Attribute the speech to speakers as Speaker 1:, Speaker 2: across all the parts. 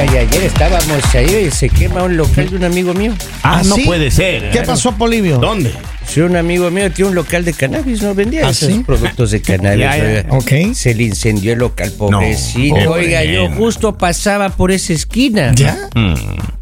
Speaker 1: ay, ayer estábamos ahí y se quema un local de un amigo mío.
Speaker 2: Ah, no
Speaker 3: ¿sí?
Speaker 2: puede ser. ¿eh?
Speaker 3: ¿Qué pasó, Polivio?
Speaker 2: ¿Dónde?
Speaker 1: Sí, un amigo mío tiene un local de cannabis, ¿no? Vendía
Speaker 3: ¿Ah,
Speaker 1: esos
Speaker 3: sí?
Speaker 1: productos de cannabis.
Speaker 2: Ya, ya.
Speaker 1: oiga.
Speaker 3: Ok.
Speaker 1: Se le incendió el local, pobrecito.
Speaker 2: pobre
Speaker 1: oiga, yo
Speaker 2: nena.
Speaker 1: justo pasaba por esa esquina.
Speaker 3: ¿Ya?
Speaker 2: Mm.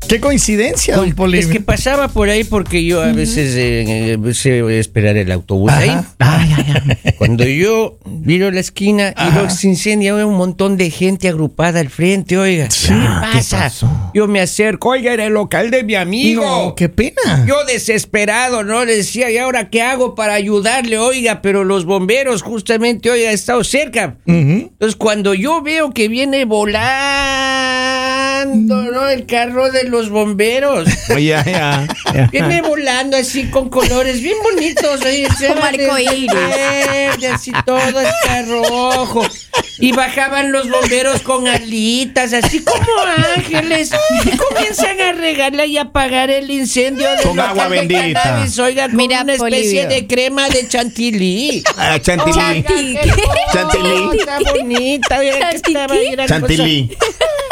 Speaker 3: ¿Qué coincidencia, don Polivio?
Speaker 1: Es que pasaba por ahí porque yo a veces eh, eh, sé esperar el autobús ahí.
Speaker 3: Ajá. Ah, ya, ya.
Speaker 1: Cuando yo miro la esquina y luego se incendia había un montón de gente agrupada al frente, oiga. ¿Qué pasa?
Speaker 3: pasó?
Speaker 1: Yo me acerco, oiga, era el local de mi amigo.
Speaker 3: No, qué pena.
Speaker 1: Yo desesperado, ¿no? Le decía, ¿y ahora qué hago para ayudarle? Oiga, pero los bomberos justamente, oiga, han estado cerca.
Speaker 3: Ujú.
Speaker 1: Entonces, cuando yo veo que viene volando, ¿no? El carro de los bomberos.
Speaker 2: ya, ya.
Speaker 1: Viene volando así con colores bien bonitos. ahí, se
Speaker 4: Como
Speaker 1: va
Speaker 4: arcoíris.
Speaker 1: verde, Así todo está rojo. Y bajaban los bomberos con alitas, así como ángeles. Y comienzan a regalar y apagar el incendio. del
Speaker 2: Con
Speaker 1: local
Speaker 2: agua
Speaker 1: de
Speaker 2: bendita.
Speaker 1: cannabis, oiga, con
Speaker 4: Mira,
Speaker 1: una especie
Speaker 4: Polivio.
Speaker 1: de crema de chantilly.
Speaker 2: Ah, Chantilly.
Speaker 4: Chanti-
Speaker 2: Chantilly.
Speaker 1: Está bonita, oiga, que estaba ahí la cosa.
Speaker 2: Chantilly. Oh.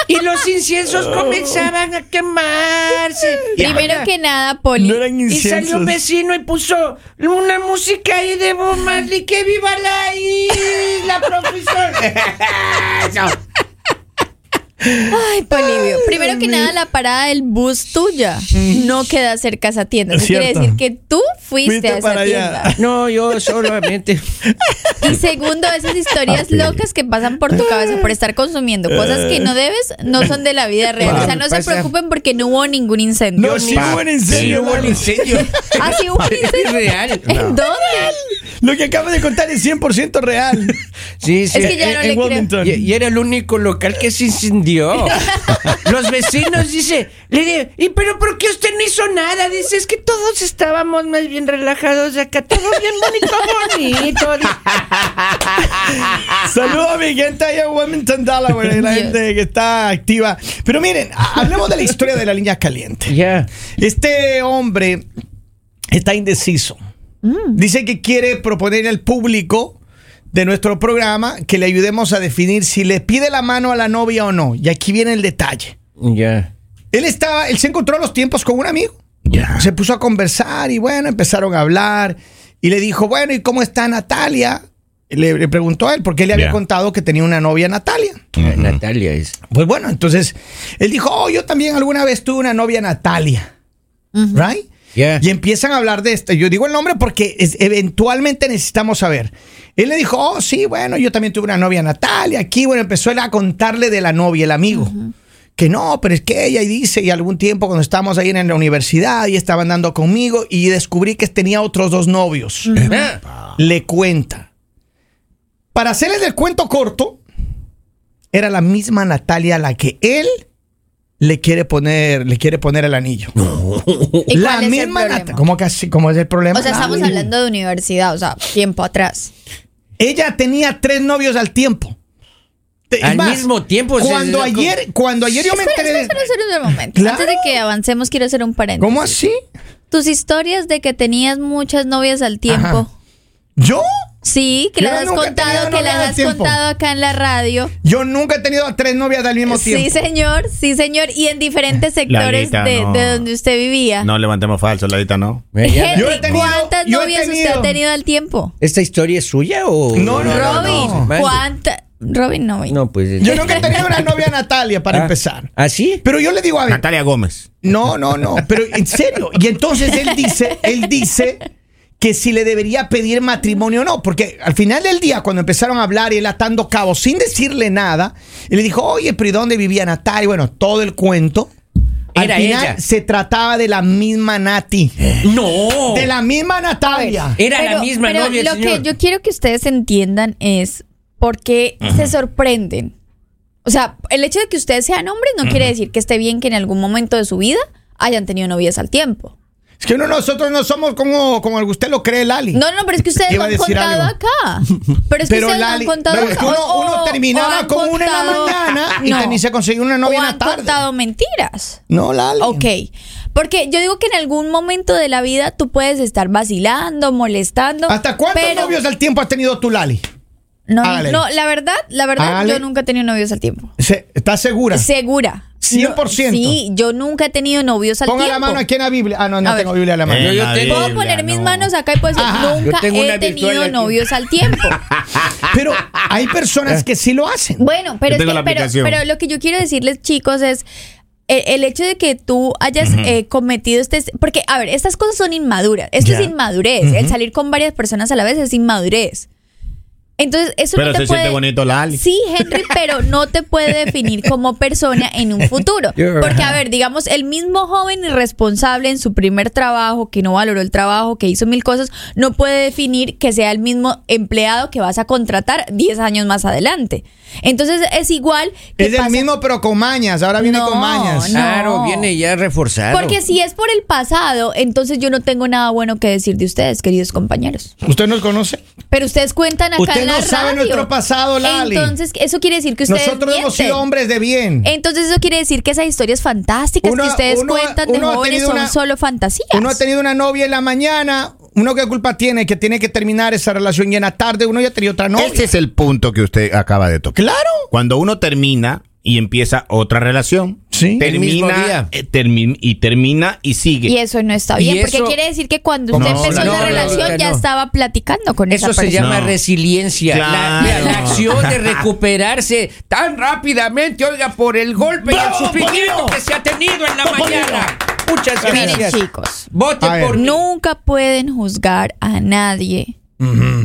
Speaker 1: Y los inciensos comenzaban a quemarse.
Speaker 4: Primero que nada, Poli.
Speaker 3: No eran
Speaker 1: Y salió un
Speaker 3: inciensos.
Speaker 1: vecino y puso una música ahí de Bob Marley. ¡Que viva la isla, profesor!
Speaker 4: Ay, Polivio. Primero que nada, la parada del bus tuya no queda cerca a esa tienda. Eso quiere
Speaker 3: Cierto.
Speaker 4: decir que tú fuiste,
Speaker 3: Fuiste
Speaker 4: a esa
Speaker 3: para allá.
Speaker 4: tienda.
Speaker 1: No, yo solamente.
Speaker 4: Y segundo, esas historias locas que pasan por tu cabeza por estar consumiendo cosas que no debes no son de la vida real.
Speaker 1: Papi,
Speaker 4: O sea, no se
Speaker 1: pasa-
Speaker 4: preocupen porque no hubo ningún incendio.
Speaker 3: No, sí
Speaker 1: Papi,
Speaker 3: hubo un incendio.
Speaker 1: hubo un incendio.
Speaker 4: Ah, sí, hubo un
Speaker 1: Es
Speaker 4: incendio.
Speaker 1: real.
Speaker 4: ¿En dónde?
Speaker 3: Lo que acaba de contar es 100% real.
Speaker 1: Sí, sí. eh,
Speaker 4: Es que ya no le
Speaker 3: en
Speaker 4: creo.
Speaker 3: Wilmington.
Speaker 1: Y, y era el único local que se incendió. Los vecinos dice, le digo, ¿y pero por qué usted no hizo nada? Dice, es que todos estábamos más bien relajados de acá, todo bien bonito, bonito.
Speaker 3: Saludos a mi gente allá en Wilmington, Delaware, y la
Speaker 4: Dios.
Speaker 3: gente que está activa. Pero miren, ha- hablemos de la historia de la línea caliente.
Speaker 1: Ya.
Speaker 3: Este hombre está indeciso. Dice que quiere proponer al público de nuestro programa que le ayudemos a definir si le pide la mano a la novia o no. Y aquí viene el detalle.
Speaker 1: Ya.
Speaker 3: Él estaba, él se encontró los tiempos con un amigo.
Speaker 2: Ya.
Speaker 3: Se puso a conversar y bueno, empezaron a hablar. Y le dijo, bueno, ¿y cómo está Natalia? Le, le preguntó a él, porque él le había
Speaker 2: Ya.
Speaker 3: contado que tenía una novia Natalia.
Speaker 1: Eh, Natalia es.
Speaker 3: Pues bueno, entonces él dijo, oh, yo también alguna vez tuve una novia Natalia. ¿Right?
Speaker 1: Ya.
Speaker 3: Y empiezan a hablar de esto. Yo digo el nombre porque es- eventualmente necesitamos saber. Él le dijo, oh, sí, bueno, yo también tuve una novia Natalia. Aquí, bueno, empezó él a contarle de la novia, el amigo. Que no, pero es que ella y dice, y algún tiempo cuando estábamos ahí en la universidad y estaba andando conmigo y descubrí que tenía otros dos novios. Le cuenta. Para hacerles el cuento corto, era la misma Natalia a la que él le quiere poner, le quiere poner el anillo.
Speaker 4: ¿Y
Speaker 3: La
Speaker 4: cuál es el
Speaker 3: misma
Speaker 4: problema?
Speaker 3: Nata- ¿Cómo, que así? ¿Cómo es el problema?
Speaker 4: O sea, estamos
Speaker 3: Ay.
Speaker 4: hablando de universidad, o sea, tiempo atrás.
Speaker 3: Ella tenía tres novios al tiempo. Te- es
Speaker 1: Al mismo tiempo, o sea,
Speaker 3: Cuando
Speaker 1: es loco.
Speaker 3: ayer, cuando ayer yo me
Speaker 4: Espera,
Speaker 3: enteré.
Speaker 4: espera,
Speaker 3: de-
Speaker 4: espera, espera un momento.
Speaker 3: Claro.
Speaker 4: Antes de que avancemos, quiero hacer un paréntesis.
Speaker 3: ¿Cómo así?
Speaker 4: Tus historias de que tenías muchas novias al tiempo.
Speaker 3: Ajá. ¿Yo?
Speaker 4: Sí, que
Speaker 3: Yo
Speaker 4: las has
Speaker 3: nunca he tenido
Speaker 4: contado, que
Speaker 3: novia al
Speaker 4: las has
Speaker 3: tiempo.
Speaker 4: contado acá en la radio.
Speaker 3: Yo nunca he tenido a tres novias al mismo
Speaker 4: Sí,
Speaker 3: tiempo.
Speaker 4: señor, sí, señor. Y en diferentes sectores
Speaker 2: Lalita,
Speaker 4: de,
Speaker 2: no.
Speaker 4: de donde usted vivía.
Speaker 2: No levantemos falso, Ladita, no.
Speaker 4: Henry,
Speaker 3: Yo he tenido-
Speaker 4: ¿cuántas
Speaker 3: yo he
Speaker 4: novias usted
Speaker 3: tenido-
Speaker 4: ha tenido al tiempo?
Speaker 1: ¿Esta historia es suya o.?
Speaker 3: No, no, no,
Speaker 4: Robin, ¿cuántas? Robin no. Robin.
Speaker 1: No, pues.
Speaker 3: Yo nunca he tenido una novia Natalia para
Speaker 1: Ah,
Speaker 3: empezar.
Speaker 1: ¿Ah, sí?
Speaker 3: Pero yo le digo a ver,
Speaker 2: Natalia Gómez.
Speaker 3: no, no, no, pero en serio. Y entonces él dice, él dice que si le debería pedir matrimonio o no, porque al final del día cuando empezaron a hablar y él atando cabos sin decirle nada, él le dijo, "Oye, pero ¿y dónde vivía Natalia?" Bueno, todo el cuento. Al
Speaker 1: Era
Speaker 3: final
Speaker 1: ella.
Speaker 3: se trataba de la misma Nati,
Speaker 4: Oh.
Speaker 1: ¡No!
Speaker 3: de la misma Natalia.
Speaker 1: Era la
Speaker 4: Pero-
Speaker 1: misma
Speaker 4: pero
Speaker 1: novia, el
Speaker 4: Lo
Speaker 1: señor.
Speaker 4: que yo quiero que ustedes entiendan es por qué se sorprenden. O sea, el hecho de que ustedes sean hombres no quiere decir que esté bien que en algún momento de su vida hayan tenido novias al tiempo.
Speaker 3: Es que uno nosotros no somos como como usted lo cree, Lali.
Speaker 4: No, no, pero es que ustedes lo
Speaker 3: Iba a
Speaker 4: han
Speaker 3: decir
Speaker 4: contado
Speaker 3: algo.
Speaker 4: acá. Pero es que
Speaker 3: Pero
Speaker 4: ustedes
Speaker 3: Lali,
Speaker 4: lo han contado
Speaker 3: pero es
Speaker 4: acá.
Speaker 3: que uno,
Speaker 4: O-
Speaker 3: uno
Speaker 4: o- o
Speaker 3: terminaba
Speaker 4: han
Speaker 3: con una en la
Speaker 4: contado-
Speaker 3: mañana y
Speaker 4: No.
Speaker 3: tenía- se conseguía una
Speaker 4: O
Speaker 3: novia en la
Speaker 4: han
Speaker 3: tarde.
Speaker 4: contado mentiras.
Speaker 3: No, Lali.
Speaker 4: Ok. Porque yo digo que en algún momento de la vida tú puedes estar vacilando, molestando.
Speaker 3: ¿Hasta cuántos
Speaker 4: pero-
Speaker 3: novios al tiempo has tenido tú, Lali?
Speaker 4: No,
Speaker 3: Hágale.
Speaker 4: no, la verdad, la verdad,
Speaker 3: Hágale.
Speaker 4: yo nunca he tenido novios al tiempo.
Speaker 3: Se- ¿Estás segura?
Speaker 4: Segura.
Speaker 5: No,
Speaker 3: 100%.
Speaker 5: Sí, yo nunca he tenido novios al
Speaker 3: Ponga
Speaker 5: tiempo.
Speaker 3: la mano aquí en la Biblia. Ah, no, no
Speaker 5: A
Speaker 3: tengo
Speaker 5: ver.
Speaker 3: Biblia en la mano.
Speaker 1: Eh, yo
Speaker 2: la
Speaker 1: tengo-
Speaker 5: Puedo
Speaker 2: Biblia,
Speaker 5: poner mis
Speaker 2: no.
Speaker 5: manos acá y puedo decir,
Speaker 3: Ajá.
Speaker 5: nunca
Speaker 1: Yo tengo
Speaker 5: he
Speaker 1: una virtual
Speaker 5: tenido
Speaker 1: aquí.
Speaker 5: novios al tiempo.
Speaker 3: Pero hay personas que sí lo hacen.
Speaker 5: Bueno, pero,
Speaker 2: Yo
Speaker 5: es
Speaker 2: tengo
Speaker 5: que-
Speaker 2: la
Speaker 5: pero,
Speaker 2: aplicación.
Speaker 5: pero lo que yo quiero decirles, chicos, es el, el hecho de que tú hayas eh, cometido este... Porque, a ver, estas cosas son inmaduras. Esto
Speaker 3: Ya.
Speaker 5: es inmadurez. El salir con varias personas a la vez es inmadurez. Entonces, eso
Speaker 2: Pero
Speaker 5: no te
Speaker 2: se
Speaker 5: puede...
Speaker 2: siente bonito, Lali.
Speaker 5: Sí, Henry, pero no te puede definir como persona en un futuro. Porque, a ver, digamos, el mismo joven irresponsable en su primer trabajo, que no valoró el trabajo, que hizo mil cosas, no puede definir que sea el mismo empleado que vas a contratar 10 años más adelante. Entonces, es igual que
Speaker 3: Es del
Speaker 5: pasa-
Speaker 3: mismo, pero con mañas. Ahora viene
Speaker 5: No,
Speaker 3: con mañas.
Speaker 5: no.
Speaker 1: Claro, viene ya reforzado.
Speaker 5: Porque si es por el pasado, entonces yo no tengo nada bueno que decir de ustedes, queridos compañeros.
Speaker 3: ¿Usted nos conoce?
Speaker 5: Pero ustedes cuentan acá
Speaker 3: Usted
Speaker 5: en la
Speaker 3: no sabe
Speaker 5: radio.
Speaker 3: nuestro pasado, Lali.
Speaker 5: Entonces, eso quiere decir que ustedes
Speaker 3: Nosotros hemos
Speaker 5: mienten.
Speaker 3: sido hombres de bien.
Speaker 5: Entonces eso quiere decir que esas historias fantásticas
Speaker 3: Uno-
Speaker 5: que ustedes
Speaker 3: uno-
Speaker 5: cuentan de
Speaker 3: uno ha
Speaker 5: jóvenes
Speaker 3: tenido
Speaker 5: son
Speaker 3: una-
Speaker 5: solo fantasías.
Speaker 3: Uno ha tenido una novia en la mañana. ¿Uno qué culpa tiene? Que tiene que terminar esa relación y en la tarde uno ya tenía otra novia.
Speaker 2: Ese
Speaker 5: Este
Speaker 2: es el punto que usted acaba de tocar.
Speaker 3: Claro.
Speaker 2: Cuando uno termina y empieza otra relación,
Speaker 3: Sí.
Speaker 1: El mismo día.
Speaker 2: termina, eh, termi- y termina y sigue.
Speaker 5: y eso no está
Speaker 1: Y
Speaker 5: bien, porque
Speaker 1: eso-
Speaker 5: quiere decir que cuando
Speaker 2: No,
Speaker 5: usted empezó
Speaker 2: no,
Speaker 5: la
Speaker 2: no,
Speaker 5: relación
Speaker 1: no,
Speaker 5: ya
Speaker 1: no.
Speaker 5: estaba platicando con esa
Speaker 1: Eso se
Speaker 5: persona.
Speaker 1: llama
Speaker 2: No.
Speaker 1: resiliencia. La-
Speaker 2: Claro.
Speaker 1: La, la acción de recuperarse tan rápidamente, oiga, por el golpe y el sufrimiento que se ha tenido en la mañana. Muchas
Speaker 5: Miren,
Speaker 1: gracias.
Speaker 5: chicos,
Speaker 1: Vote
Speaker 3: A ver.
Speaker 1: por mí.
Speaker 5: nunca pueden juzgar a nadie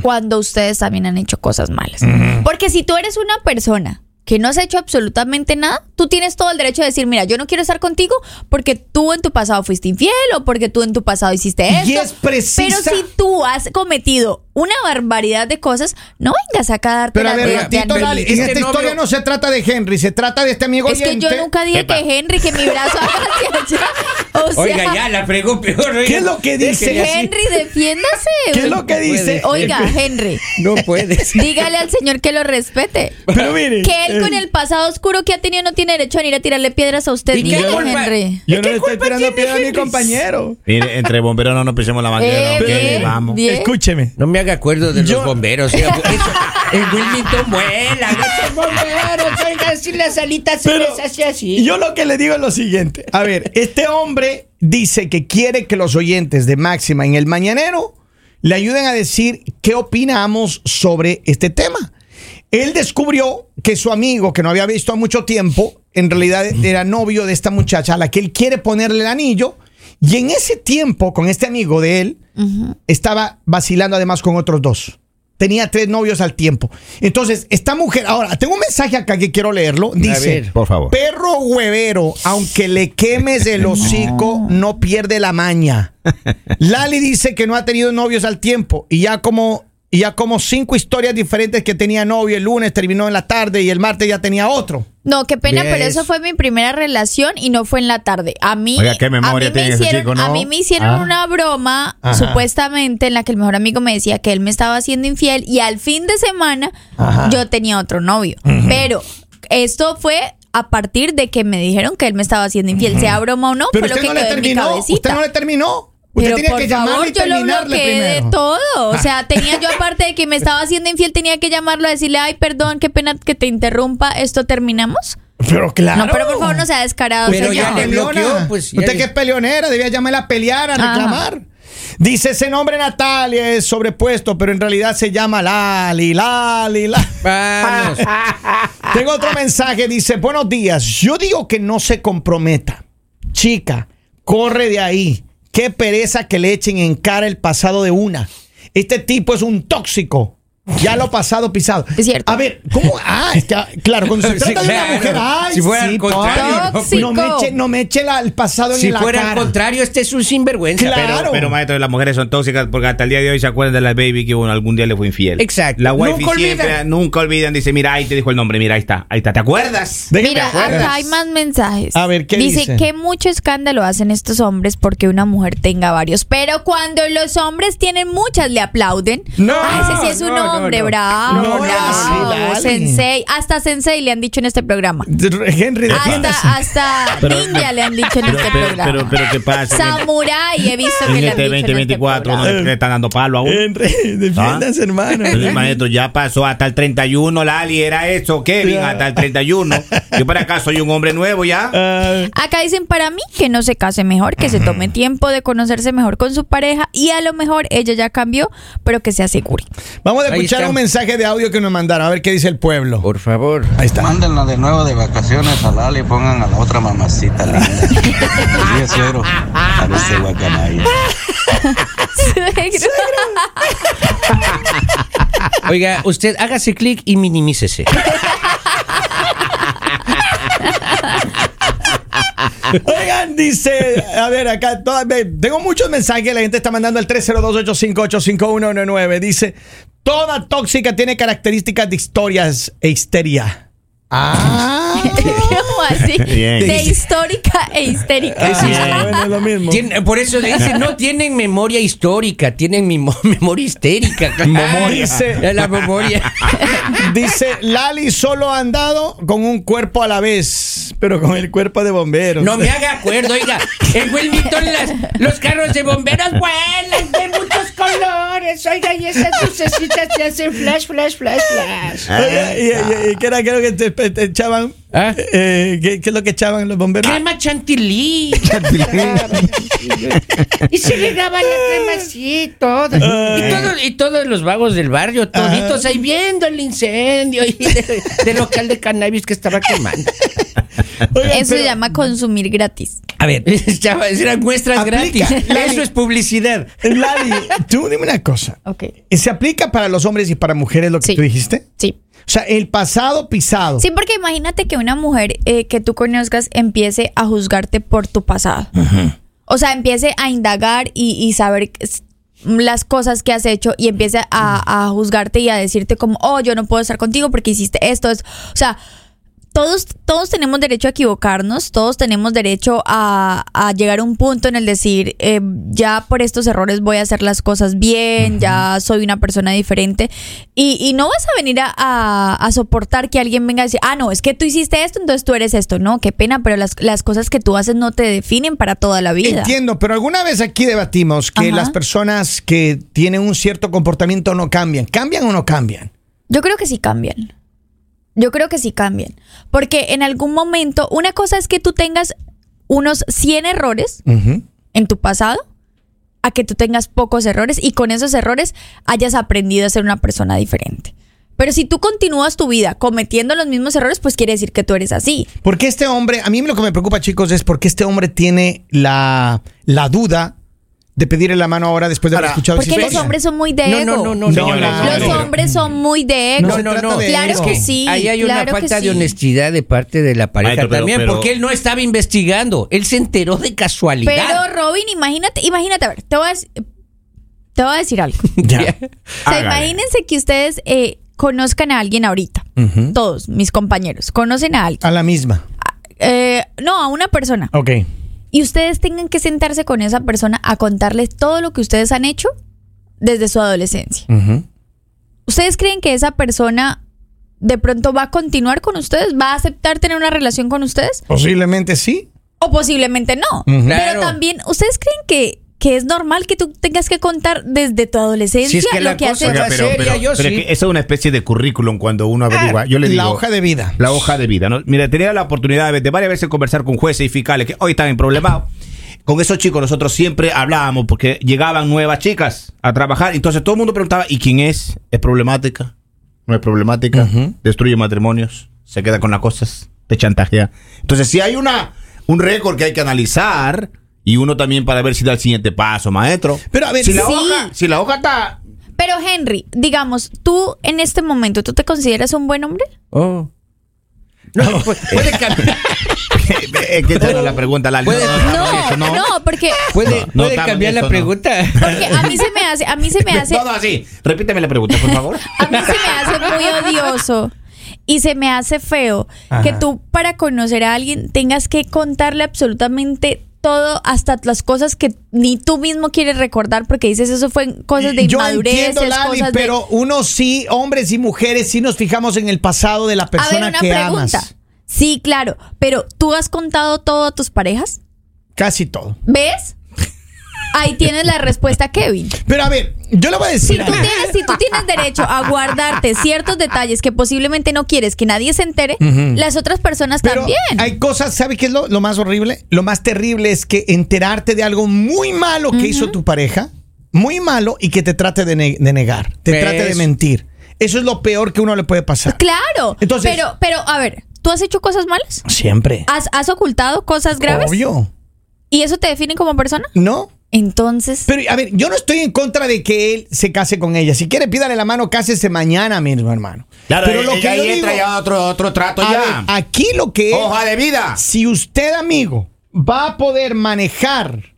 Speaker 5: cuando ustedes también han hecho cosas malas. Porque si tú eres una persona que no has hecho absolutamente nada, tú tienes todo el derecho de decir, mira, yo no quiero estar contigo porque tú en tu pasado fuiste infiel o porque tú en tu pasado hiciste esto.
Speaker 3: Y es precisa-
Speaker 5: Pero si tú has cometido una barbaridad de cosas, no vengas acá a darte
Speaker 3: Pero a
Speaker 5: las
Speaker 3: ver,
Speaker 5: de- de
Speaker 3: ratito,
Speaker 1: Pero
Speaker 3: Lali,
Speaker 5: Andrés.
Speaker 1: este
Speaker 3: en esta
Speaker 1: novio-
Speaker 3: historia no se trata de Henry, se trata de este amigo
Speaker 5: Es que yo
Speaker 3: oyente.
Speaker 5: nunca dije
Speaker 2: Epa.
Speaker 5: que Henry, que mi brazo haga hacia allá. O sea,
Speaker 1: Oiga, ya la fregó peor. oiga.
Speaker 3: ¿Qué es lo que dice?
Speaker 1: Déjele así.
Speaker 5: Henry, defiéndase.
Speaker 3: ¿Qué es lo que dice?
Speaker 5: Oiga, Henry.
Speaker 1: No puedes.
Speaker 5: Dígale al señor que lo respete.
Speaker 3: Pero mire. eh.
Speaker 5: Que él con el pasado oscuro que ha tenido no tiene derecho a venir a tirarle piedras a usted.
Speaker 1: ¿Y qué
Speaker 5: Dígale,
Speaker 1: culpa?
Speaker 5: Henry.
Speaker 3: Yo no
Speaker 1: ¿Qué
Speaker 3: le estoy
Speaker 1: culpa
Speaker 3: tirando
Speaker 1: tiene
Speaker 3: piedra a mi
Speaker 1: Henry?
Speaker 3: compañero.
Speaker 2: Mire, entre bomberos no nos pisemos la bandera.
Speaker 5: Eh,
Speaker 2: ¿ok?
Speaker 5: bien,
Speaker 2: Vamos.
Speaker 5: bien.
Speaker 3: Escúcheme.
Speaker 1: No me haga acuerdo de
Speaker 3: Yo-
Speaker 1: los bomberos. oiga, porque eso- en Wilmington vuelan esos bomberos. Oiga, si las alitas se
Speaker 3: Pero
Speaker 1: les hace así.
Speaker 3: Yo lo que le digo es lo siguiente. A ver, este hombre dice que quiere que los oyentes de Máxima en el Mañanero le ayuden a decir qué opinamos sobre este tema. Él descubrió que su amigo, que no había visto a mucho tiempo, en realidad era novio de esta muchacha a la que él quiere ponerle el anillo. Y en ese tiempo, con este amigo de él, estaba vacilando además con otros dos. Tenía tres novios al tiempo. Entonces, esta mujer, ahora, tengo un mensaje acá que quiero leerlo. Dice,
Speaker 1: ver.
Speaker 2: Por favor.
Speaker 3: Perro huevero, aunque le quemes el hocico, no pierde la maña. Lali dice que no ha tenido novios al tiempo y ya como y ya como cinco historias diferentes que tenía novio el lunes terminó en la tarde y el martes ya tenía otro.
Speaker 5: No, qué pena,
Speaker 1: Bien.
Speaker 5: pero eso fue mi primera relación y no fue en la tarde. A mí,
Speaker 2: Oiga, qué memoria
Speaker 5: a mí me
Speaker 2: tiene ese
Speaker 5: hicieron,
Speaker 2: chico, ¿no?
Speaker 5: a mí me hicieron
Speaker 2: Ah.
Speaker 5: una broma supuestamente en la que el mejor amigo me decía que él me estaba haciendo infiel y al fin de semana yo tenía otro novio. Pero esto fue a partir de que me dijeron que él me estaba haciendo infiel, sea broma o no,
Speaker 3: Pero
Speaker 5: fue lo
Speaker 3: usted
Speaker 5: que
Speaker 3: no le
Speaker 5: quedó en mi
Speaker 3: terminó,
Speaker 5: cabecita.
Speaker 3: usted no le terminó. Usted
Speaker 5: Pero
Speaker 3: tenía
Speaker 5: por
Speaker 3: que llamarle
Speaker 5: favor,
Speaker 3: y
Speaker 5: yo lo
Speaker 3: terminarle
Speaker 5: bloqueé de
Speaker 3: primero. Ah.
Speaker 5: todo. O sea, tenía yo aparte de que me estaba haciendo infiel, tenía que llamarlo a decirle, ay, perdón, qué pena que te interrumpa, esto terminamos.
Speaker 3: Pero claro.
Speaker 5: No, pero por favor no sea descarado.
Speaker 1: Pero
Speaker 5: señor.
Speaker 1: ya le bloqueó, pues, ya
Speaker 3: Usted
Speaker 1: le-
Speaker 3: que es peleonera, debía llamarla a pelear, a
Speaker 5: Ajá.
Speaker 3: reclamar. Dice ese nombre Natalia es sobrepuesto, pero en realidad se llama Lali, Lali, Lali.
Speaker 1: Vamos.
Speaker 3: Tengo otro mensaje, dice, buenos días, yo digo que no se comprometa. Chica, corre de ahí. Qué pereza que le echen en cara el pasado de una. Este tipo es un tóxico. Ya lo pasado pisado.
Speaker 5: Es cierto.
Speaker 3: A ver, ¿cómo? Ah, está- claro, cuando se
Speaker 1: Sí,
Speaker 3: trata de
Speaker 1: claro.
Speaker 3: una mujer, ay,
Speaker 1: Si fuera al
Speaker 3: sí,
Speaker 1: contrario,
Speaker 3: ay,
Speaker 5: no, pues.
Speaker 3: no me eche, no me eche la- el pasado
Speaker 1: Si
Speaker 3: en la
Speaker 1: fuera al
Speaker 3: cara.
Speaker 1: contrario, este es un sinvergüenza.
Speaker 3: Claro.
Speaker 2: Pero, pero maestro, las mujeres son tóxicas porque hasta el día de hoy se acuerdan de la baby que bueno, algún día le fue infiel.
Speaker 1: Exacto.
Speaker 2: La wifi
Speaker 1: Nunca
Speaker 2: siempre,
Speaker 1: olvidan.
Speaker 2: nunca olvidan, dice, mira, ahí te dijo el nombre, mira, ahí está, ahí está, ¿te acuerdas?
Speaker 3: Déjeme
Speaker 5: Mira,
Speaker 3: acuerdas.
Speaker 5: acá hay más mensajes.
Speaker 3: A ver, ¿qué dice?
Speaker 5: que mucho escándalo hacen estos hombres porque una mujer tenga varios. Pero cuando los hombres tienen muchas, le aplauden.
Speaker 3: No,
Speaker 5: Ah, ese sí es un
Speaker 1: no, no,
Speaker 5: hombre, bravo,
Speaker 3: No,
Speaker 5: bravo,
Speaker 3: sí, dale.
Speaker 5: sensei. Hasta sensei le han dicho en este programa. Ah,
Speaker 3: Henry, defiéndase.
Speaker 5: Hasta, hasta
Speaker 2: Pero-
Speaker 5: ninja le han dicho en
Speaker 2: Pero,
Speaker 5: este
Speaker 2: pero,
Speaker 5: programa.
Speaker 2: pero, pero, ¿qué pasa?
Speaker 5: Samurai he visto
Speaker 2: En
Speaker 5: que le han
Speaker 2: este
Speaker 5: dicho en este
Speaker 2: 2024 no
Speaker 5: programa.
Speaker 2: le le están dando palo aún.
Speaker 3: Eh, Henry, defiéndase,
Speaker 2: Ah.
Speaker 3: hermano.
Speaker 2: Entonces, maestro, ya pasó hasta el 31, Lali, era eso, Kevin,
Speaker 3: Ya.
Speaker 2: hasta el 31. Yo para acá soy un hombre nuevo ya.
Speaker 3: Ah,
Speaker 5: Acá dicen para mí que no se case mejor, que se tome tiempo de conocerse mejor con su pareja y a lo mejor ella ya cambió, pero que se asegure.
Speaker 3: vamos a
Speaker 1: Ahí
Speaker 3: escuchar
Speaker 1: está.
Speaker 3: un mensaje de audio que nos mandaron. A ver qué dice el pueblo.
Speaker 1: Por favor.
Speaker 3: Ahí está.
Speaker 6: Mándenla de nuevo de vacaciones a Lali y pongan a la otra mamacita linda. Yo suero. Parece guacamaya.
Speaker 5: Suegro.
Speaker 1: Oiga, usted hágase clic y minimícese.
Speaker 3: Oigan, dice, a ver, acá toda- ve, tengo muchos mensajes, la gente está mandando al 302-858-5199. Dice, toda tóxica tiene características de historias e histeria. Ah.
Speaker 5: ¿Cómo así?
Speaker 2: Bien.
Speaker 5: De histórica e histérica.
Speaker 3: Ah, bueno, es lo mismo.
Speaker 1: Tien- por eso dice, no tienen memoria histórica, tienen mimo- memoria histérica.
Speaker 3: Memoria.
Speaker 1: Ah, La memoria.
Speaker 3: Dice, Lali solo ha andado con un cuerpo a la vez, pero con el cuerpo de bomberos.
Speaker 1: No me haga acuerdo, oiga. En Wilmington las, los carros de bomberos vuelan de muchos colores. Oiga, y esas lucecitas te hacen flash, flash, flash, flash.
Speaker 3: Oye, y, y- y ¿qué era qué era lo que te, te- te echaban?
Speaker 1: ¿Ah?
Speaker 3: Eh, ¿qué, qué es lo que echaban los bomberos?
Speaker 1: Crema chantilly. y se le daba la crema así, todo.
Speaker 2: Eh.
Speaker 1: Y, todo- y todos los vagos del barrio,
Speaker 2: Ah.
Speaker 1: toditos ahí viendo el incendio y de- del local de cannabis que estaba quemando.
Speaker 3: Oigan,
Speaker 5: Eso se
Speaker 3: pero-
Speaker 5: llama consumir gratis.
Speaker 1: A ver, estaba- eran muestras
Speaker 3: Aplica,
Speaker 1: gratis.
Speaker 3: Lali.
Speaker 1: Eso es publicidad.
Speaker 3: Lali, tú dime una cosa.
Speaker 5: Ok.
Speaker 3: ¿Se aplica para los hombres y para mujeres lo que
Speaker 5: Sí.
Speaker 3: tú dijiste?
Speaker 5: Sí.
Speaker 3: O sea, el pasado pisado.
Speaker 5: Sí, porque imagínate que una mujer eh, que tú conozcas empiece a juzgarte por tu pasado. O sea, empiece a indagar y, y saber s- las cosas que has hecho y empiece a, a juzgarte y a decirte como, oh, yo no puedo estar contigo porque hiciste esto. esto". O sea, todos, todos tenemos derecho a equivocarnos, todos tenemos derecho a, a llegar a un punto en el decir, eh, ya por estos errores voy a hacer las cosas bien, ya soy una persona diferente. Y, y no vas a venir a, a- a soportar que alguien venga a decir, ah, no, es que tú hiciste esto, entonces tú eres esto. No, qué pena, pero las, las cosas que tú haces no te definen para toda la vida.
Speaker 3: Entiendo, pero alguna vez aquí debatimos que
Speaker 5: Ajá.
Speaker 3: las personas que tienen un cierto comportamiento no cambian. ¿Cambian o no cambian?
Speaker 5: Yo creo que sí cambian. Yo creo que sí cambian. Porque en algún momento, una cosa es que tú tengas unos 100 errores en tu pasado a que tú tengas pocos errores y con esos errores hayas aprendido a ser una persona diferente. Pero si tú continúas tu vida cometiendo los mismos errores, pues quiere decir que tú eres así.
Speaker 3: Porque este hombre, a mí lo que me preocupa, chicos, es porque este hombre tiene la, la duda de pedirle la mano ahora después de haber
Speaker 2: Ahora,
Speaker 3: escuchado esa
Speaker 5: Porque los
Speaker 3: historia.
Speaker 5: hombres son muy de
Speaker 1: No,
Speaker 5: ego.
Speaker 1: no, no, no,
Speaker 3: No,
Speaker 1: señores,
Speaker 3: no,
Speaker 1: no,
Speaker 5: Los
Speaker 1: no.
Speaker 5: hombres son muy de ego.
Speaker 3: No se trata de
Speaker 5: claro
Speaker 3: ego.
Speaker 5: que sí.
Speaker 1: Ahí hay una
Speaker 5: claro que
Speaker 1: falta de
Speaker 5: sí.
Speaker 1: honestidad de parte de la pareja
Speaker 2: Maestro, pero-
Speaker 1: también,
Speaker 2: pero-
Speaker 1: porque él no estaba investigando, él se enteró de
Speaker 5: Pero
Speaker 1: casualidad.
Speaker 5: Robin, imagínate, imagínate, a ver, te voy a, dec- te voy a decir algo.
Speaker 3: Ya.
Speaker 5: O sea,
Speaker 2: Hágale.
Speaker 5: imagínense que ustedes eh, conozcan a alguien ahorita. Todos mis compañeros conocen a alguien.
Speaker 3: A la misma.
Speaker 5: Eh, no, a una persona.
Speaker 3: Ok.
Speaker 5: Y ustedes tengan que sentarse con esa persona a contarles todo lo que ustedes han hecho desde su adolescencia. ¿Ustedes creen que esa persona de pronto va a continuar con ustedes? ¿Va a aceptar tener una relación con ustedes?
Speaker 3: Posiblemente sí.
Speaker 5: O posiblemente no.
Speaker 3: Ujú.
Speaker 1: Claro.
Speaker 5: Pero también, ¿ustedes creen que, que es normal que tú tengas que contar desde tu adolescencia
Speaker 1: Si es que
Speaker 5: lo
Speaker 1: la
Speaker 5: que
Speaker 1: cosa
Speaker 5: haces?
Speaker 1: Oiga,
Speaker 2: pero,
Speaker 1: seria,
Speaker 2: pero-
Speaker 1: yo
Speaker 2: pero
Speaker 1: sí.
Speaker 2: es que eso es una especie de currículum cuando uno averigua. yo le digo.
Speaker 3: Ah, la hoja de vida.
Speaker 2: la hoja de vida. ¿no? Mira, tenía la oportunidad de, de varias veces conversar con jueces y fiscales que hoy están en problemados. Con esos chicos nosotros siempre hablábamos porque llegaban nuevas chicas a trabajar. Entonces todo el mundo preguntaba, ¿y quién es? ¿Es problemática? ¿No es problemática? ¿Destruye matrimonios? ¿Se queda con las cosas? ¿Te chantajea? Entonces si hay una un récord que hay que analizar y uno también para ver si da el siguiente paso, maestro.
Speaker 3: Pero a ver,
Speaker 2: si la,
Speaker 5: sí.
Speaker 2: hoja, si la hoja está...
Speaker 5: Pero Henry, digamos, tú en este momento, ¿tú te consideras un buen hombre?
Speaker 1: Oh. No, pu- puede cambiar.
Speaker 2: es que esa no es la pregunta, Lali.
Speaker 1: Puede-
Speaker 5: No, no, porque,
Speaker 1: Puede,
Speaker 2: no
Speaker 1: puede
Speaker 2: estamos
Speaker 1: cambiar
Speaker 2: en
Speaker 1: la
Speaker 2: eso, no.
Speaker 1: pregunta.
Speaker 5: porque a mí se me hace, a mí se me hace,
Speaker 2: No, no, así. Repíteme la pregunta, por favor.
Speaker 5: a mí se me hace muy odioso y se me hace feo que tú para conocer a alguien tengas que contarle absolutamente todo, hasta las cosas que ni tú mismo quieres recordar porque dices eso fue en cosas de
Speaker 3: Yo
Speaker 5: inmadurez,
Speaker 3: entiendo, Lali,
Speaker 5: cosas de
Speaker 3: pero uno sí, hombres y mujeres, sí nos fijamos en el pasado de la persona que amas.
Speaker 5: Sí, claro, pero ¿tú has contado todo a tus parejas?
Speaker 3: Casi todo.
Speaker 5: ¿Ves? Ahí tienes la respuesta, Kevin.
Speaker 3: Pero a ver, yo le voy a
Speaker 5: Si
Speaker 3: decir.
Speaker 5: tú,
Speaker 3: algo.
Speaker 5: tienes, si tú tienes derecho a guardarte ciertos detalles que posiblemente no quieres que nadie se entere, las otras personas
Speaker 3: Pero
Speaker 5: también.
Speaker 3: hay cosas, ¿sabe qué es lo, lo más horrible? Lo más terrible es que enterarte de algo muy malo que hizo tu pareja, muy malo, y que te trate de, ne- de negar, te
Speaker 1: ¿Ves?
Speaker 3: trate de mentir. Eso es lo peor que uno le puede pasar.
Speaker 5: Claro.
Speaker 3: Entonces-
Speaker 5: pero, pero, a ver, ¿tú has hecho cosas malas?
Speaker 3: Siempre.
Speaker 5: ¿Has, has ocultado cosas graves?
Speaker 3: Obvio.
Speaker 5: ¿Y eso te define como persona?
Speaker 3: ¿No?
Speaker 5: Entonces,
Speaker 3: Pero, a ver, yo no estoy en contra de que él se case con ella. Si quiere, pídale la mano, cásese mañana mismo, hermano.
Speaker 2: Claro,
Speaker 3: Pero lo
Speaker 2: eh,
Speaker 3: que
Speaker 2: ahí
Speaker 3: yo
Speaker 2: entra
Speaker 3: digo-
Speaker 2: ya otro, otro trato
Speaker 3: A
Speaker 2: ya.
Speaker 3: ver, aquí lo que es,
Speaker 2: Hoja de vida.
Speaker 3: si usted, amigo, va a poder manejar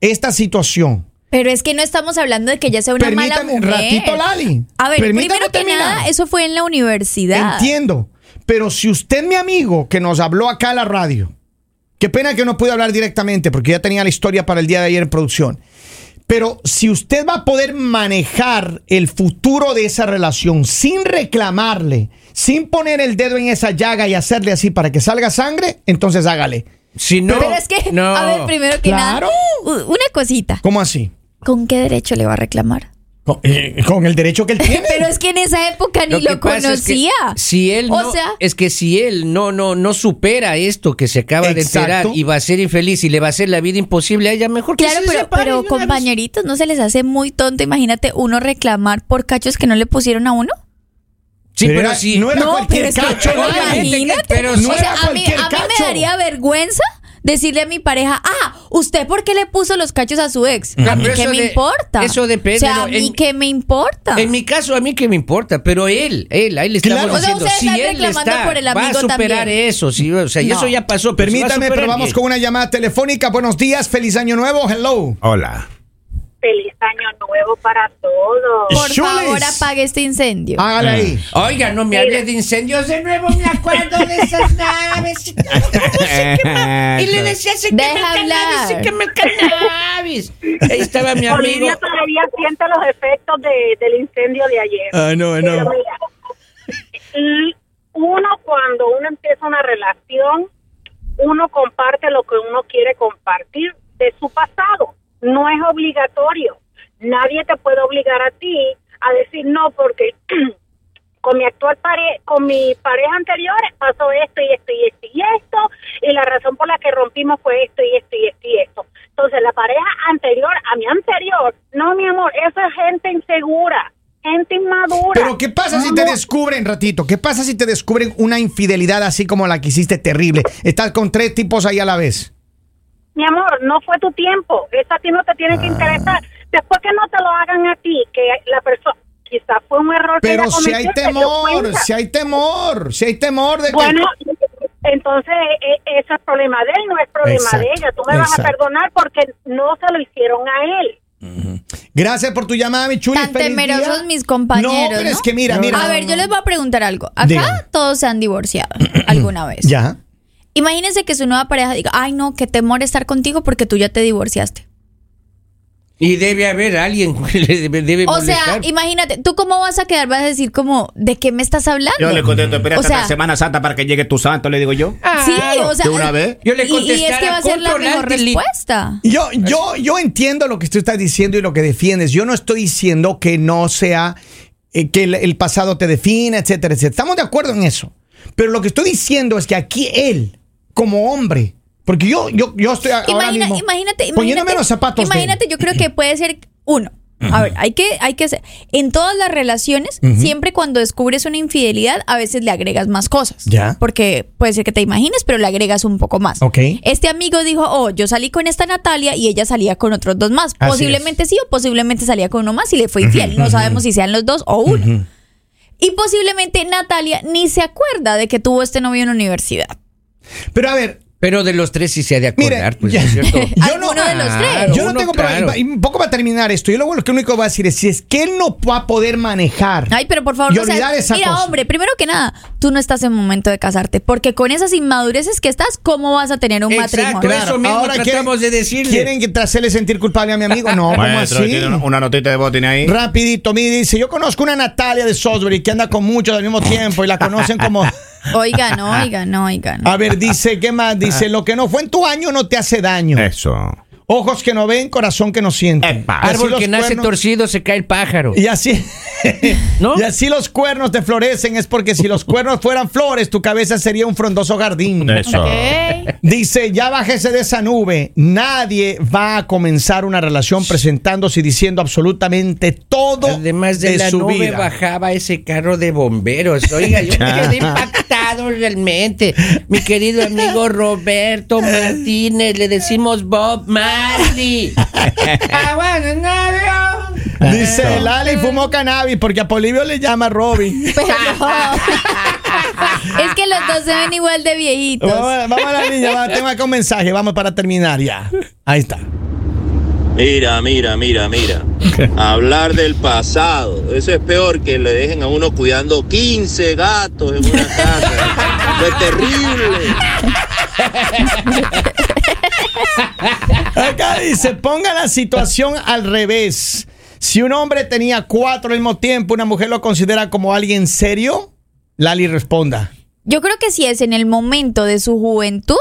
Speaker 3: esta situación,
Speaker 5: pero es que no estamos hablando de que ella sea una mala
Speaker 3: permítame un
Speaker 5: mujer.
Speaker 3: ratito, Lali.
Speaker 5: A ver,
Speaker 3: Permítame
Speaker 5: primero que
Speaker 3: terminar.
Speaker 5: nada, eso fue en la universidad.
Speaker 3: entiendo. Pero si usted, mi amigo, que nos habló acá a la radio, qué pena que no pude hablar directamente porque ya tenía la historia para el día de ayer en producción. Pero si usted va a poder manejar el futuro de esa relación sin reclamarle, sin poner el dedo en esa llaga y hacerle así para que salga sangre, entonces hágale.
Speaker 1: Si no,
Speaker 5: Pero es que,
Speaker 1: no.
Speaker 5: a ver, primero que
Speaker 3: Claro.
Speaker 5: nada, u- una cosita.
Speaker 3: ¿Cómo así?
Speaker 5: ¿Con qué derecho le va a reclamar?
Speaker 3: Con, eh, con el derecho que él tiene.
Speaker 5: Pero es que en esa época
Speaker 1: Lo
Speaker 5: ni lo,
Speaker 1: que pasa es que
Speaker 5: conocía.
Speaker 1: si él no,
Speaker 5: o sea,
Speaker 1: es que si él no, no, no supera esto que se acaba
Speaker 3: Exacto.
Speaker 1: de enterar y va a ser infeliz y le va a hacer la vida imposible a ella, mejor que
Speaker 5: claro,
Speaker 1: se
Speaker 5: pero,
Speaker 1: separe de
Speaker 5: pero
Speaker 1: una vez.
Speaker 5: compañeritos, ¿no se les hace muy tonto? Imagínate uno reclamar por cachos que no le pusieron a uno.
Speaker 1: Sí,
Speaker 3: Pero
Speaker 1: pero,
Speaker 3: era-
Speaker 1: sí.
Speaker 3: no era
Speaker 5: No,
Speaker 3: cualquier
Speaker 5: pero es que-
Speaker 3: cacho,
Speaker 5: pero
Speaker 1: obviamente que-
Speaker 5: imagínate.
Speaker 1: pero
Speaker 3: no
Speaker 5: o sea,
Speaker 3: era
Speaker 5: a mí,
Speaker 3: cualquier
Speaker 5: a mí
Speaker 3: cacho.
Speaker 5: me daría vergüenza decirle a mi pareja, ah, ¿usted por qué le puso los cachos a su ex?
Speaker 1: Ah,
Speaker 5: ¿A mí
Speaker 1: pero
Speaker 5: qué
Speaker 1: eso
Speaker 5: me
Speaker 1: de-
Speaker 5: importa?
Speaker 1: eso depende,
Speaker 5: O sea,
Speaker 1: ¿no?
Speaker 5: ¿a mí
Speaker 1: En-
Speaker 5: qué me importa?
Speaker 1: En mi caso, a mí que me importa, pero él, él, ahí le estamos
Speaker 3: Claro. O sea,
Speaker 1: diciendo,
Speaker 5: ustedes
Speaker 1: si
Speaker 5: están
Speaker 1: él
Speaker 5: reclamando
Speaker 1: está,
Speaker 5: por el
Speaker 1: va a
Speaker 5: amigo
Speaker 1: superar
Speaker 5: también.
Speaker 1: eso, sí, o sea, y
Speaker 5: No.
Speaker 1: eso ya pasó. pero se va a
Speaker 3: Permítame,
Speaker 1: superar
Speaker 3: pero vamos
Speaker 1: bien.
Speaker 3: con una llamada telefónica. Buenos días, feliz año nuevo, hello.
Speaker 2: Hola.
Speaker 7: Feliz año nuevo para todos.
Speaker 5: por
Speaker 3: Shulis.
Speaker 5: favor, apague este incendio.
Speaker 3: Hágale ahí.
Speaker 1: Oiga, no me hable de incendios de nuevo, me acuerdo de esas naves. y todo, no sé qué más. Y le decía, se quema
Speaker 5: Deja
Speaker 1: el cannabis, se
Speaker 5: hablar.
Speaker 1: quema el cannabis. Ahí estaba mi amigo.
Speaker 7: Olivia todavía siente los efectos de- del incendio de ayer.
Speaker 3: Ah, no,
Speaker 7: Pero
Speaker 3: no.
Speaker 7: mira, l- uno cuando uno empieza una relación, uno comparte lo que uno quiere compartir de su pasado. No es obligatorio. Nadie te puede obligar a ti a decir no porque con mi actual pare con mi pareja anterior pasó esto y esto y esto y esto y la razón por la que rompimos fue esto y esto y esto y esto. Entonces la pareja anterior a mi anterior, no mi amor, eso es gente insegura, gente inmadura.
Speaker 3: Pero ¿qué pasa si te
Speaker 7: No,
Speaker 3: descubren, ratito? ¿Qué pasa si te descubren una infidelidad así como la que hiciste terrible? Estás con tres tipos ahí a la vez.
Speaker 7: mi amor, no fue tu tiempo. Esa a ti no te tiene
Speaker 3: Ah.
Speaker 7: que interesar. Después que no te lo hagan a ti, que la persona quizás fue un error que
Speaker 3: Pero
Speaker 7: ella
Speaker 3: si hay
Speaker 7: cometió, se dio
Speaker 3: temor,
Speaker 7: cuenta.
Speaker 3: si hay temor, si hay temor de que...
Speaker 7: Bueno, entonces e- e- ese es problema de él, no es problema de
Speaker 3: Exacto,
Speaker 7: ella. Tú me vas a
Speaker 3: exacto.
Speaker 7: perdonar porque no se lo hicieron a él.
Speaker 3: Gracias por tu llamada, mi chuli.
Speaker 5: Tan
Speaker 3: feliz
Speaker 5: temerosos
Speaker 3: día.
Speaker 5: mis compañeros.
Speaker 3: No, pero es que mira, mira.
Speaker 5: A ver, yo les voy a preguntar algo. Acá
Speaker 3: Diga.
Speaker 5: todos se han divorciado alguna vez.
Speaker 3: Ya.
Speaker 5: Imagínense que su nueva pareja diga, ay no, qué temor estar contigo porque tú ya te divorciaste.
Speaker 1: Y debe haber alguien que le debe, debe
Speaker 5: O sea,
Speaker 1: molestar.
Speaker 5: imagínate, ¿tú cómo vas a quedar? Vas a decir como, ¿de qué me estás hablando?
Speaker 2: Yo le contesto, espera
Speaker 5: O
Speaker 2: hasta la
Speaker 5: sea,
Speaker 2: Semana Santa para que llegue tu santo, le digo yo.
Speaker 3: Ah,
Speaker 5: Sí, o sea,
Speaker 2: de una vez.
Speaker 1: Yo le
Speaker 5: y- y, es que
Speaker 1: contestara,
Speaker 5: va a ser la
Speaker 1: controlante,
Speaker 5: mejor
Speaker 1: Lili.
Speaker 5: respuesta.
Speaker 3: Yo, yo, yo entiendo lo que tú estás diciendo y lo que defiendes. Yo no estoy diciendo que no sea, eh, que el, el pasado te defina, etcétera, etcétera. Estamos de acuerdo en eso. Pero lo que estoy diciendo es que aquí él, como hombre, porque yo, yo, yo estoy a- ahora
Speaker 5: Imagina-
Speaker 3: mismo
Speaker 5: imagínate,
Speaker 3: poniéndome
Speaker 5: imagínate,
Speaker 3: los zapatos. de él.
Speaker 5: Imagínate, yo creo que puede ser uno. A ver, hay que, hay que ser. En todas las relaciones, siempre cuando descubres una infidelidad, a veces le agregas más cosas.
Speaker 3: Ya.
Speaker 5: Porque puede ser que te imagines, pero le agregas un poco más.
Speaker 3: Ok.
Speaker 5: Este amigo dijo, oh, yo salí con esta Natalia y ella salía con otros dos más.
Speaker 3: Así
Speaker 5: posiblemente sí o posiblemente salía con uno más y le fue infiel. No sabemos si sean los dos o uno. Y posiblemente Natalia ni se acuerda de que tuvo este novio en la universidad.
Speaker 3: Pero a ver,
Speaker 1: Pero de los tres sí se ha de
Speaker 3: Mire,
Speaker 1: acordar, pues,
Speaker 3: ya-
Speaker 1: ¿no es cierto?
Speaker 3: yo no, ah,
Speaker 5: Alguno de los tres.
Speaker 1: Claro,
Speaker 3: yo no
Speaker 1: uno,
Speaker 3: tengo problema.
Speaker 1: claro.
Speaker 3: Y un poco va a terminar esto. Yo luego lo que único va a decir es si es que él no va a poder manejar.
Speaker 5: Ay, pero por favor,
Speaker 3: Y
Speaker 5: no seas-
Speaker 3: olvidar esa
Speaker 5: mira,
Speaker 3: cosa.
Speaker 5: hombre, primero que nada, tú no estás en momento de casarte, porque con esas inmadureces que estás, ¿cómo vas a tener un
Speaker 1: Exacto,
Speaker 5: matrimonio?
Speaker 1: eso mismo tratamos de decirle.
Speaker 3: Quieren que hacerle sentir culpable a mi amigo. No, ¿cómo
Speaker 2: Maestro,
Speaker 3: así?
Speaker 2: tiene una notita de botín ahí.
Speaker 3: Rapidito, mire, dice, yo conozco una Natalia de Salisbury que anda con muchos al mismo tiempo y la conocen como...
Speaker 5: Oigan, oigan, oigan.
Speaker 3: A ver, dice, ¿qué más? Dice, lo que no fue en tu año no te hace daño.
Speaker 2: Eso.
Speaker 3: Ojos que no ven, corazón que no siente.
Speaker 2: Epa.
Speaker 3: Y así
Speaker 1: Árbol
Speaker 3: los
Speaker 1: que nace
Speaker 3: cuernos-
Speaker 1: torcido se cae el pájaro.
Speaker 3: Y así,
Speaker 1: ¿No?
Speaker 3: y así los cuernos te florecen. Es porque si los cuernos fueran flores, tu cabeza sería un frondoso jardín.
Speaker 2: Eso.
Speaker 5: Ok.
Speaker 3: Dice, ya bájese de esa nube. Nadie va a comenzar una relación presentándose y diciendo absolutamente todo
Speaker 1: Además de, la
Speaker 3: su
Speaker 1: nube
Speaker 3: vida.
Speaker 1: bajaba ese carro de bomberos. Oiga, yo me quedé impactado realmente. Mi querido amigo Roberto Martínez, le decimos Bob Marley. Ah, Aguanta, novio.
Speaker 3: Dice, Lali fumó cannabis porque a Polivio le llama Robin.
Speaker 5: Pero- es que los dos se ven igual de viejitos.
Speaker 3: Vamos, a- vamos a la niña, va, tengo acá un mensaje, vamos para terminar ya. Ahí está.
Speaker 8: Mira, mira, mira, mira. Hablar del pasado. Eso es peor que le dejen a uno cuidando 15 gatos en una casa. Eso es terrible.
Speaker 3: Acá dice, ponga la situación al revés. Si un hombre tenía cuatro al mismo tiempo, una mujer lo considera como alguien serio, Lali responda.
Speaker 5: Yo creo que si es en el momento de su juventud,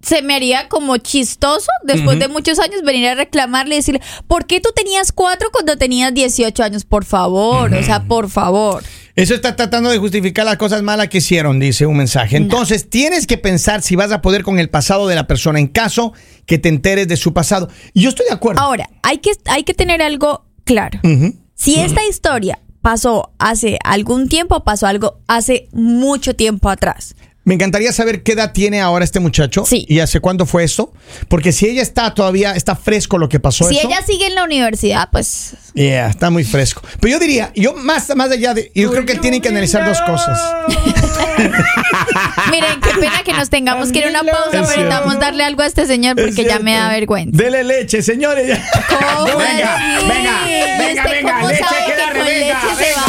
Speaker 5: se me haría como chistoso después de muchos años venir a reclamarle y decirle, ¿por qué tú tenías cuatro cuando tenías 18 años? Por favor, o sea, por favor.
Speaker 3: Eso está tratando de justificar las cosas malas que hicieron, dice un mensaje. Entonces, tienes que pensar si vas a poder con el pasado de la persona en caso que te enteres de su pasado. Yo estoy de acuerdo.
Speaker 5: Ahora, hay que, hay que tener algo claro. Si esta historia pasó hace algún tiempo, pasó algo hace mucho tiempo atrás.
Speaker 3: Me encantaría saber qué edad tiene ahora este muchacho
Speaker 5: Sí.
Speaker 3: y hace cuánto fue esto, porque si ella está todavía está fresco lo que pasó
Speaker 5: Si
Speaker 3: eso.
Speaker 5: ella sigue en la universidad, pues
Speaker 3: Yeah, está muy fresco. Pero yo diría, yo más más allá de yo creo que tienen que analizar dos cosas.
Speaker 5: Miren, qué pena que nos tengamos que ir a una pausa,
Speaker 3: Es
Speaker 5: pero
Speaker 3: cierto.
Speaker 5: necesitamos darle algo a este señor porque ya me da vergüenza.
Speaker 3: Dele leche, señores.
Speaker 5: ¿Cómo
Speaker 2: Venga,
Speaker 5: así?
Speaker 2: venga,
Speaker 5: ¿Y
Speaker 2: venga,
Speaker 5: usted
Speaker 2: venga,
Speaker 5: cómo
Speaker 2: leche
Speaker 5: sabe
Speaker 2: que
Speaker 5: que
Speaker 2: la
Speaker 5: con
Speaker 2: revenga,
Speaker 5: leche se
Speaker 2: venga,